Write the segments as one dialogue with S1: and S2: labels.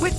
S1: With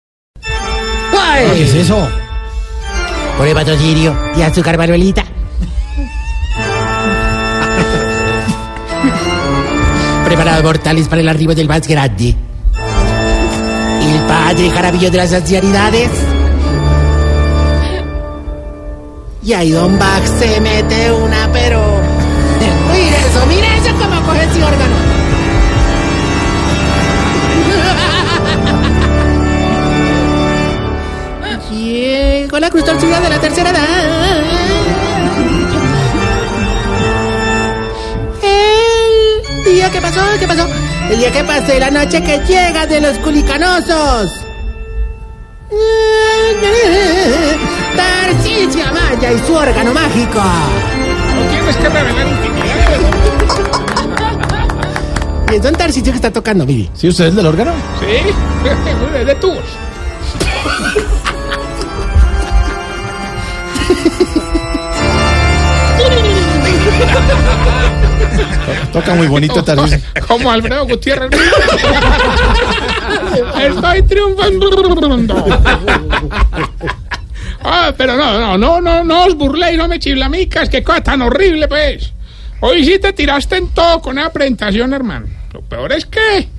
S2: ¿Qué es eso?
S3: Por el patrocinio de Azúcar Manuelita. Preparados mortales para el arribo del más grande. El padre Jarabillo de las ancianidades. Y ahí Don Bach se mete una, pero... Mire eso, mire eso como coge ese órgano. Llegó eh, la cruz torcida de la tercera edad. El día que pasó, ¿qué pasó? El día que pasé, la noche que llega de los culicanosos. Tarcicia Maya y su órgano mágico.
S2: No tienes que revelar intimidad.
S3: Y es Don Tarcicio que está tocando, Vivi.
S2: ¿Sí usted es del órgano? Sí, es de tubos.
S4: Toca muy bonito, Tarcisio.
S2: Oh, Como Alfredo Gutiérrez. Estoy triunfando. Ah, pero no, no, no, no, no os burléis, no me chiblamicas, qué cosa tan horrible, pues. Hoy sí te tiraste en todo con la presentación, hermano. Lo peor es que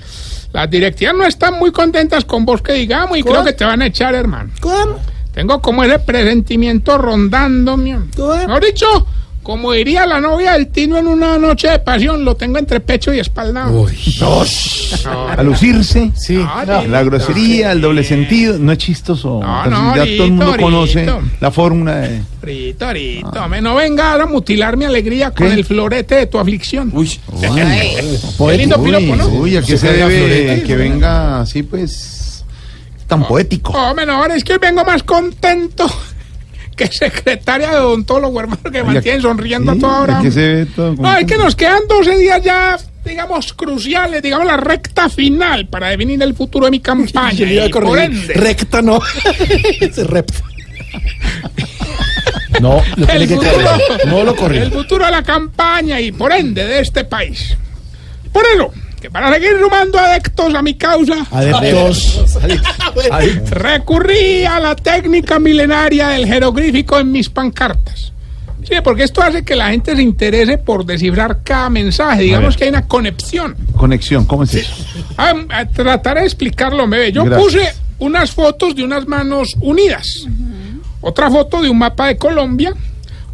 S2: las directivas no están muy contentas con vos, que digamos, y creo que te van a echar, hermano.
S3: ¿Cómo?
S2: Tengo como ese presentimiento rondando, mi am-
S3: ¿Qué?
S2: Mejor dicho, como diría la novia del Tino en una noche de pasión, lo tengo entre pecho y espalda.
S4: A lucirse. Sí.
S2: No,
S4: La grosería, el doble sentido, no es chistoso.
S2: Ah, No, no,
S4: Tarcisio, ya todo el mundo
S2: ahorita,
S4: conoce
S2: ahorita.
S4: la fórmula de.
S2: Rito, rito, hombre, no vengas a mutilar mi alegría con
S4: ¿Qué?
S2: el florete de tu aflicción. Qué
S4: Poético.
S2: lindo piropo, ¿no?
S4: Uy, uy, ¿a qué se
S2: carga
S4: debe
S2: florete.
S4: que venga así, pues,
S2: Oh,
S4: tan poético?
S2: Hombre, no, ahora es que vengo más contento que secretaria de odontólogo, hermano, que mantiene sonriendo
S4: Sí,
S2: a toda hora.
S4: ¿a qué se debe todo?
S2: No, es que nos quedan 12 días ya, digamos, cruciales, digamos, la recta final para definir el futuro de mi campaña.
S5: Yo le iba a
S2: y por
S5: corregir.
S2: ende,
S5: Recta no. Es recta.
S4: No, lo
S2: el futuro,
S4: lo
S2: el futuro de la campaña y por ende de este país. Por eso, que para seguir sumando adeptos a mi causa,
S5: Adeptos.
S2: recurrí a la técnica milenaria del jeroglífico en mis pancartas. Sí, porque esto hace que la gente se interese por descifrar cada mensaje. Digamos
S4: ver.
S2: que hay una conexión.
S4: Conexión, ¿cómo es eso?
S2: Ah, a tratar de explicarlo, me ve. Yo
S4: Gracias.
S2: puse unas fotos de unas manos unidas, otra foto de un mapa de Colombia,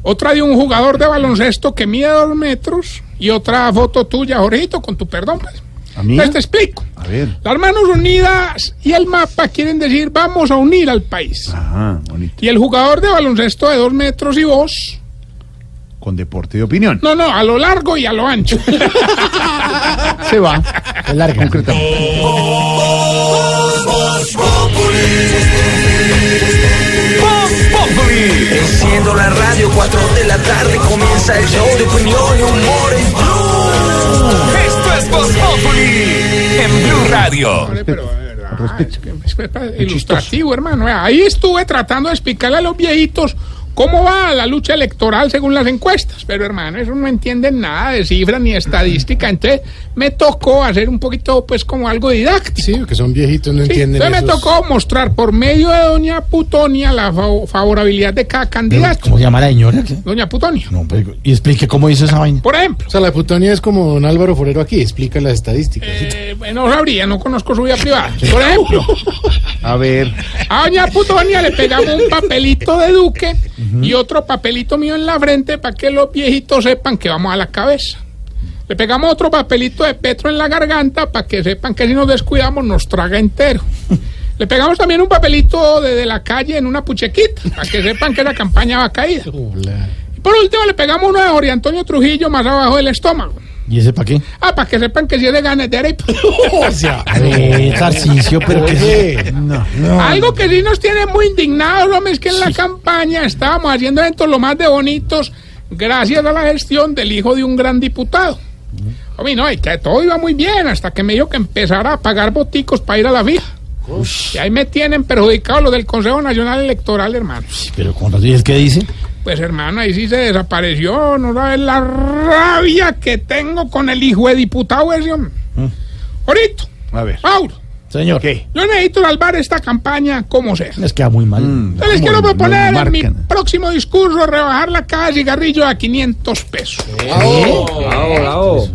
S2: otra de un jugador de baloncesto que mide dos metros y otra foto tuya, Jorgito, con tu perdón. pues.
S4: ¿A mí?
S2: Entonces te explico.
S4: A ver.
S2: Las manos unidas y el mapa quieren decir vamos a unir al país.
S4: Ajá, Ah, bonito.
S2: Y el jugador de baloncesto de dos metros y vos,
S4: Con deporte de opinión.
S2: no, no, a lo largo y a lo ancho.
S4: Se va. Es larga. Concretamente.
S6: Enciendo la radio, 4 de la tarde comienza el show de opinión y humor en Blue. Esto es Voz en Blue Radio.
S2: Hombre, pero de verdad, es que- es que es pa- ilustrativo, hermano. Vea, Ahí estuve tratando de explicarle a los viejitos cómo va la lucha electoral según las encuestas. Pero, hermano, eso no entienden nada de cifra ni estadística. Entonces, me tocó hacer un poquito, pues, como algo didáctico.
S5: Sí, que son viejitos, no
S2: Sí,
S5: entienden.
S2: entonces, me
S5: esos-
S2: tocó mostrar por medio de doña Putonia la fa- favorabilidad de cada candidato.
S5: ¿Cómo se llama la señora?
S2: Doña Putonia.
S5: No, pero- y explique cómo hizo esa vaina.
S2: Por ejemplo.
S5: O sea, la putonía es como don Álvaro Forero aquí, explica las estadísticas.
S2: Eh, no sabría, no conozco su vida privada. Por ejemplo.
S4: A ver.
S2: A doña Putonia le pegamos un papelito de Duque y otro papelito mío en la frente para que los viejitos sepan que vamos a la cabeza. Le pegamos otro papelito de Petro en la garganta para que sepan que si nos descuidamos nos traga entero. Le pegamos también un papelito de, de la calle en una puchequita para que sepan que la campaña va caída.
S5: Hola.
S2: Y por último le pegamos uno de Jorge Antonio Trujillo más abajo del estómago.
S5: ¿Y ese para qué? Ah,
S2: Ah, para que sepan que si es de ganadera y...
S5: O sea,
S7: Eh, Tarcisio, pero que
S5: oye, no,
S2: Algo que sí nos tiene muy indignados, hombre, es que en la campaña estábamos haciendo eventos lo más de bonitos gracias a la gestión del hijo de un gran diputado. Hombre, no, y que todo iba muy bien hasta que me dijo que empezara a pagar boticos para ir a la fija. Y ahí me tienen perjudicado los del Consejo Nacional Electoral, hermano.
S7: pero con razón, ¿y el qué dice?
S2: Pues hermano, ahí sí se desapareció, no sabes la rabia que tengo con el hijo de diputado ese hombre. Ahorita,
S4: A ver.
S2: Paulo,
S7: Señor,
S2: yo necesito salvar esta campaña como sea.
S7: les queda muy mal.
S2: Yo les quiero
S4: Muy-
S2: proponer
S4: muy
S2: en mi
S4: marcan.
S2: próximo discurso rebajar la cada cigarrillo a 500 pesos.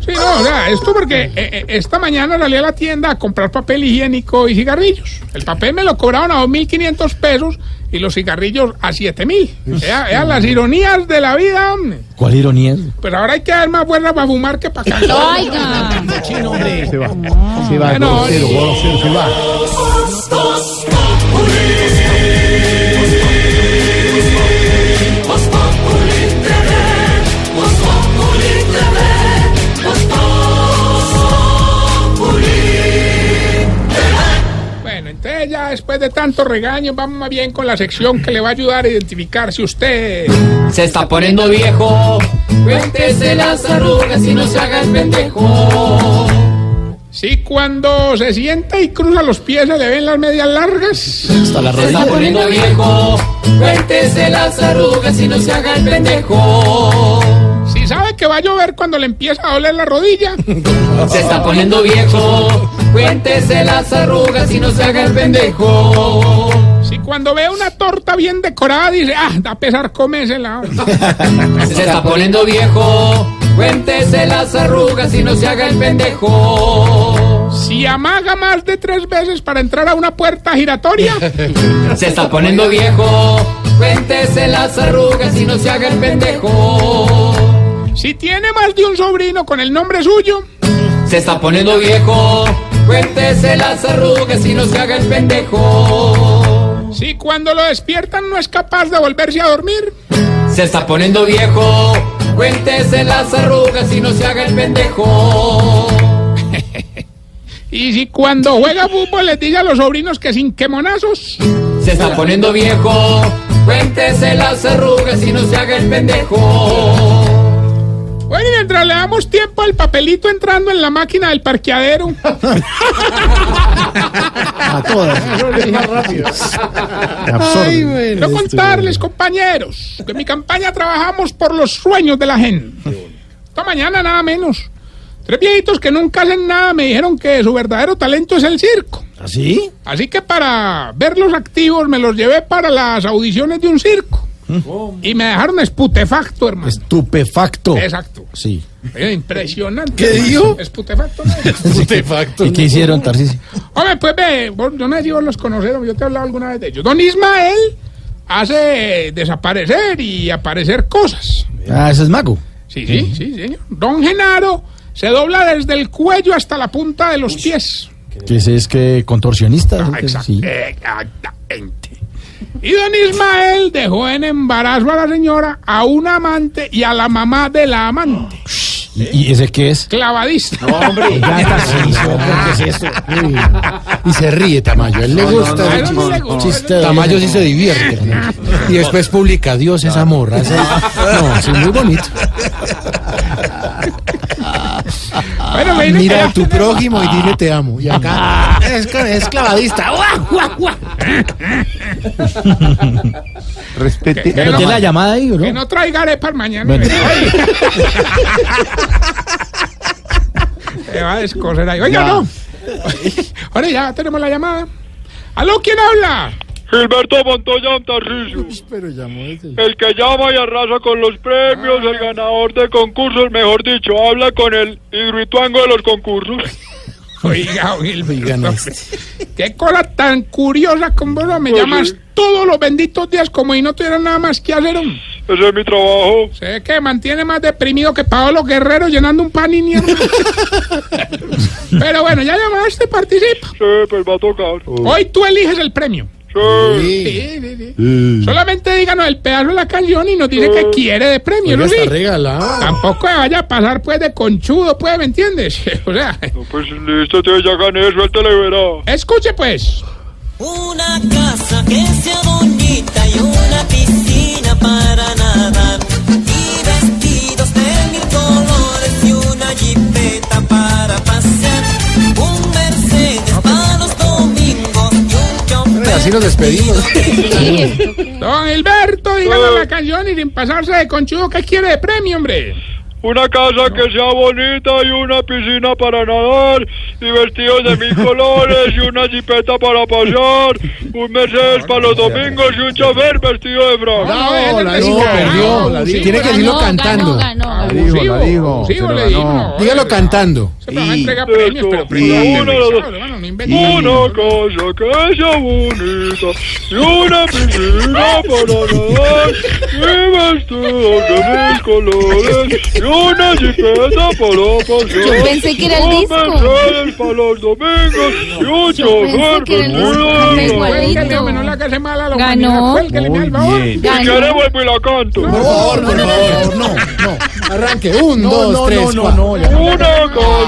S2: Sí, no, o sea, esto porque eh, eh, esta mañana salí a la tienda a comprar papel higiénico y cigarrillos. El papel me lo cobraron a 2.500 pesos y los cigarrillos a 7.000. Vea, vea las ironías de la vida, hombre.
S7: ¿Cuál ironía?
S2: Pero ahora hay que dar más buena para fumar que para cantar.
S8: Oiga.
S4: Se va. Se va.
S2: Bueno, eh,
S4: grosero,
S2: sí.
S4: grosero, se va.
S2: Bueno, entonces ya después de tantos regaños, vamos más bien con la sección que le va a ayudar a identificar si usted.
S6: Se está poniendo viejo. Cuéntese las arrugas y no se haga el pendejo.
S2: Si cuando se sienta y cruza los pies se le ven las medias largas.
S7: Hasta la
S6: Se está
S7: rodilla.
S6: poniendo viejo. Cuéntese las arrugas y no se haga el pendejo.
S2: Si sabe que va a llover cuando le empieza a doler la rodilla.
S6: Se está poniendo viejo. Cuéntese las arrugas y no se haga el pendejo.
S2: Si cuando ve una torta bien decorada dice, ah, da pesar comérsela.
S6: Se está poniendo viejo. Cuéntese las arrugas y no se haga el pendejo.
S2: Si amaga más de tres veces para entrar a una puerta giratoria.
S6: Se está poniendo viejo. Cuéntese las arrugas y no se haga el pendejo.
S2: Si tiene más de un sobrino con el nombre suyo.
S6: Se está poniendo viejo. Cuéntese las arrugas y no se haga el pendejo.
S2: Si cuando lo despiertan no es capaz de volverse a dormir.
S6: Se está poniendo viejo. Cuéntese las arrugas y no se haga el pendejo.
S2: Y si cuando juega fútbol les dice a los sobrinos que sin quemonazos.
S6: Se está poniendo viejo. Cuéntese las arrugas y no se haga el pendejo.
S2: Bueno, y mientras le damos tiempo al papelito entrando en la máquina del parqueadero.
S4: A todas.
S5: Ay,
S4: Absorbe.
S5: bueno,
S2: Quiero contarles, compañeros, que en mi campaña trabajamos por los sueños de la gente. Esta mañana nada menos. Tres viejitos que nunca hacen nada me dijeron que su verdadero talento es el circo.
S7: ¿Así?
S2: Así que para verlos activos me los llevé para las audiciones de un circo. Y me dejaron esputefacto, hermano.
S7: Estupefacto.
S2: Exacto.
S7: Sí.
S2: Era impresionante.
S5: ¿Qué
S2: hermano.
S5: dijo?
S2: Esputefacto. ¿no?
S5: De facto.
S7: ¿Y qué hicieron, Tarcisio?
S2: Hombre, pues ve, vos- yo no sé si vos los conocieron, yo te he hablado alguna vez de ellos. Don Ismael hace desaparecer y aparecer cosas.
S7: Ah, ese es Mago.
S2: Sí, sí, sí, señor. Don Genaro se dobla desde el cuello hasta la punta de los pies.
S7: Que ese es que contorsionista.
S2: Ah,
S7: ¿no?
S2: exact-
S7: Sí.
S2: Exactamente. Y don Ismael dejó en embarazo a la señora, a un amante y a la mamá de la amante.
S7: ¿Y, y ese qué es?
S2: Clavadista.
S7: Ya, Tarcisio, ¿por ¿qué es eso?
S5: Uy, Y se ríe Tamayo, a él le gusta.
S2: A él
S5: el
S2: no le
S5: chiste.
S2: gusta.
S7: chiste.
S5: Tamayo sí se divierte. hermano. Y después publica, Dios, esa morra. esa- No, sí, muy bonito.
S2: Bueno, me dicen que
S5: Mira
S2: ya
S5: a tu
S2: tenemos-
S5: prójimo y dile te amo. Y acá es, es clavadista. ¡Guau, guau, guau!
S4: Respete.
S2: Que
S7: ¿Pero
S2: no-
S7: tiene la llamada ahí o
S2: Que
S7: no?
S2: no traiga arepas mañana.
S7: Bueno.
S2: Se va a descoser ahí. Oiga, no. Ahora ya tenemos la llamada. ¿Aló, quién habla?
S6: Gilberto Montoya Tarrillo.
S5: Pero llamó desde-
S6: El que llama y arrasa con los premios, el ganador de concursos, mejor dicho, habla con el hidruituango de los concursos.
S2: Oiga, Gilberto.
S5: Oigan,
S2: Qué cosa tan curiosa con vos, ¿no? me llamas todos los benditos días como si no tuviera nada más que hacer. hombre.
S6: Ese es mi trabajo.
S2: Sé que mantiene más deprimido que Paolo Guerrero llenando un panini. hermano. Pero bueno, ya llamaste, participa.
S6: Sí, pues va a tocar.
S2: Hoy tú eliges el premio. Sí, sí, sí. Solamente díganos el pedazo de la canción y nos dice que quiere de premio,
S9: Oiga,
S2: ¿no?
S9: está
S2: sí?
S9: regalado.
S2: Tampoco me vaya a pasar pues de conchudo, pues, ¿me entiendes? O sea,
S6: Pues listo, tío, ya gané, suéltale, verá.
S2: escuche pues.
S3: Una casa que sea bonita y una piscina para nadar. Y vestidos de mil colores y una jipeta para pasear. Un Mercedes para los domingos y un chomper.
S4: Así nos despedimos.
S2: Don Gilberto,
S6: Pues-
S2: díganos la canción y sin pasarse de conchudo, ¿qué quiere de premio, hombre?
S6: Una casa que sea bonita y una piscina para nadar, y vestidos de mil colores y una jipeta para pasear, un Mercedes para los domingos y un chofer vestido de frac.
S2: No, ese
S4: la
S2: es
S4: dijo,
S2: descarado,
S4: perdió, la
S2: abusivo,
S4: dijo. Tiene que
S2: ganó,
S4: decirlo
S10: cantando.
S11: Ganó, ganó, ganó.
S4: dijo, la dijo,
S2: abusivo,
S4: se lo
S2: le digo,
S4: ganó.
S2: no,
S10: Dígalo cantando.
S2: Ese Este programa
S4: Y-
S2: entrega premios, pero premios
S6: Uno, dos.
S2: organizados, hermano, no inventen.
S6: Una casa que sea bonita y una piscina para nadar y vestidos de mil colores y una jipeta para pasear.
S11: Yo pensé que era el
S6: un
S11: disco.
S6: Mercedes para los domingos y
S11: Yo
S6: un
S11: pensé
S6: chofer
S11: que era el
S6: vestido
S11: disco. Hombre,
S6: de frac.
S11: igualito.
S2: Cuélguele, hombre, no le haga ese mal a la
S11: Ganó.
S2: humanidad, cuélguele, mi alma, ahora.
S4: bien.
S6: Si
S11: Ganó.
S6: quiere vuelvo y la canto.
S4: Por favor, por favor, no, no. Arranque. Un, dos, tres,
S10: no,
S4: cuatro.
S6: Una casa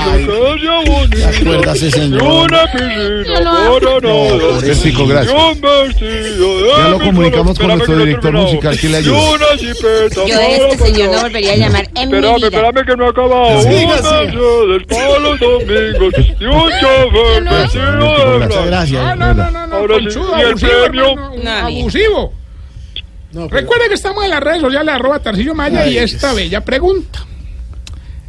S6: que sea
S4: Las
S6: bonita
S4: cuerdas, ese
S6: y
S4: señor.
S6: una
S11: Yo
S6: piscina
S11: lo amo.
S6: para nadar.
S12: Francisco,
S6: Y
S12: gracias.
S6: un vestido de
S12: Ya lo
S6: mil
S12: comunicamos con
S6: colores.
S12: nuestro
S6: Espérame que no he
S12: director
S6: terminado.
S12: musical, que le
S6: Y
S12: ayude.
S6: una jipeta
S11: Yo a
S6: para
S11: este señor no
S6: pasear.
S11: volvería a llamar en mi
S6: Espérame,
S11: vida.
S6: espérame que no he acabado.
S4: Siga,
S6: Una
S4: siga.
S6: Mercedes para los domingos y un chofer
S11: no.
S6: vestido de
S4: Muchas
S6: blanco.
S2: Ah,
S4: gracias.
S2: no, no, no, no,
S6: Ahora sí,
S2: conchudo,
S6: ¿y el
S2: abusivo,
S6: premio?
S2: hermano, abusivo. Recuerda que estamos en las redes sociales, arroba Tarcillo Maya, y esta bella pregunta.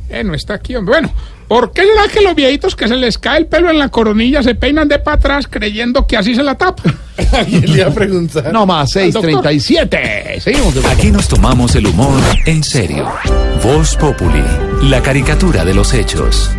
S2: Eh, no está aquí, hombre. Bueno, ¿por qué será que los viejitos que se les cae el pelo en la coronilla se peinan de para atrás creyendo que así se la tapa?
S4: ¿Quién le iba a preguntar?
S2: No más, 637. Seguimos de
S13: Aquí nos tomamos el humor en serio. Voz Populi, la caricatura de los hechos.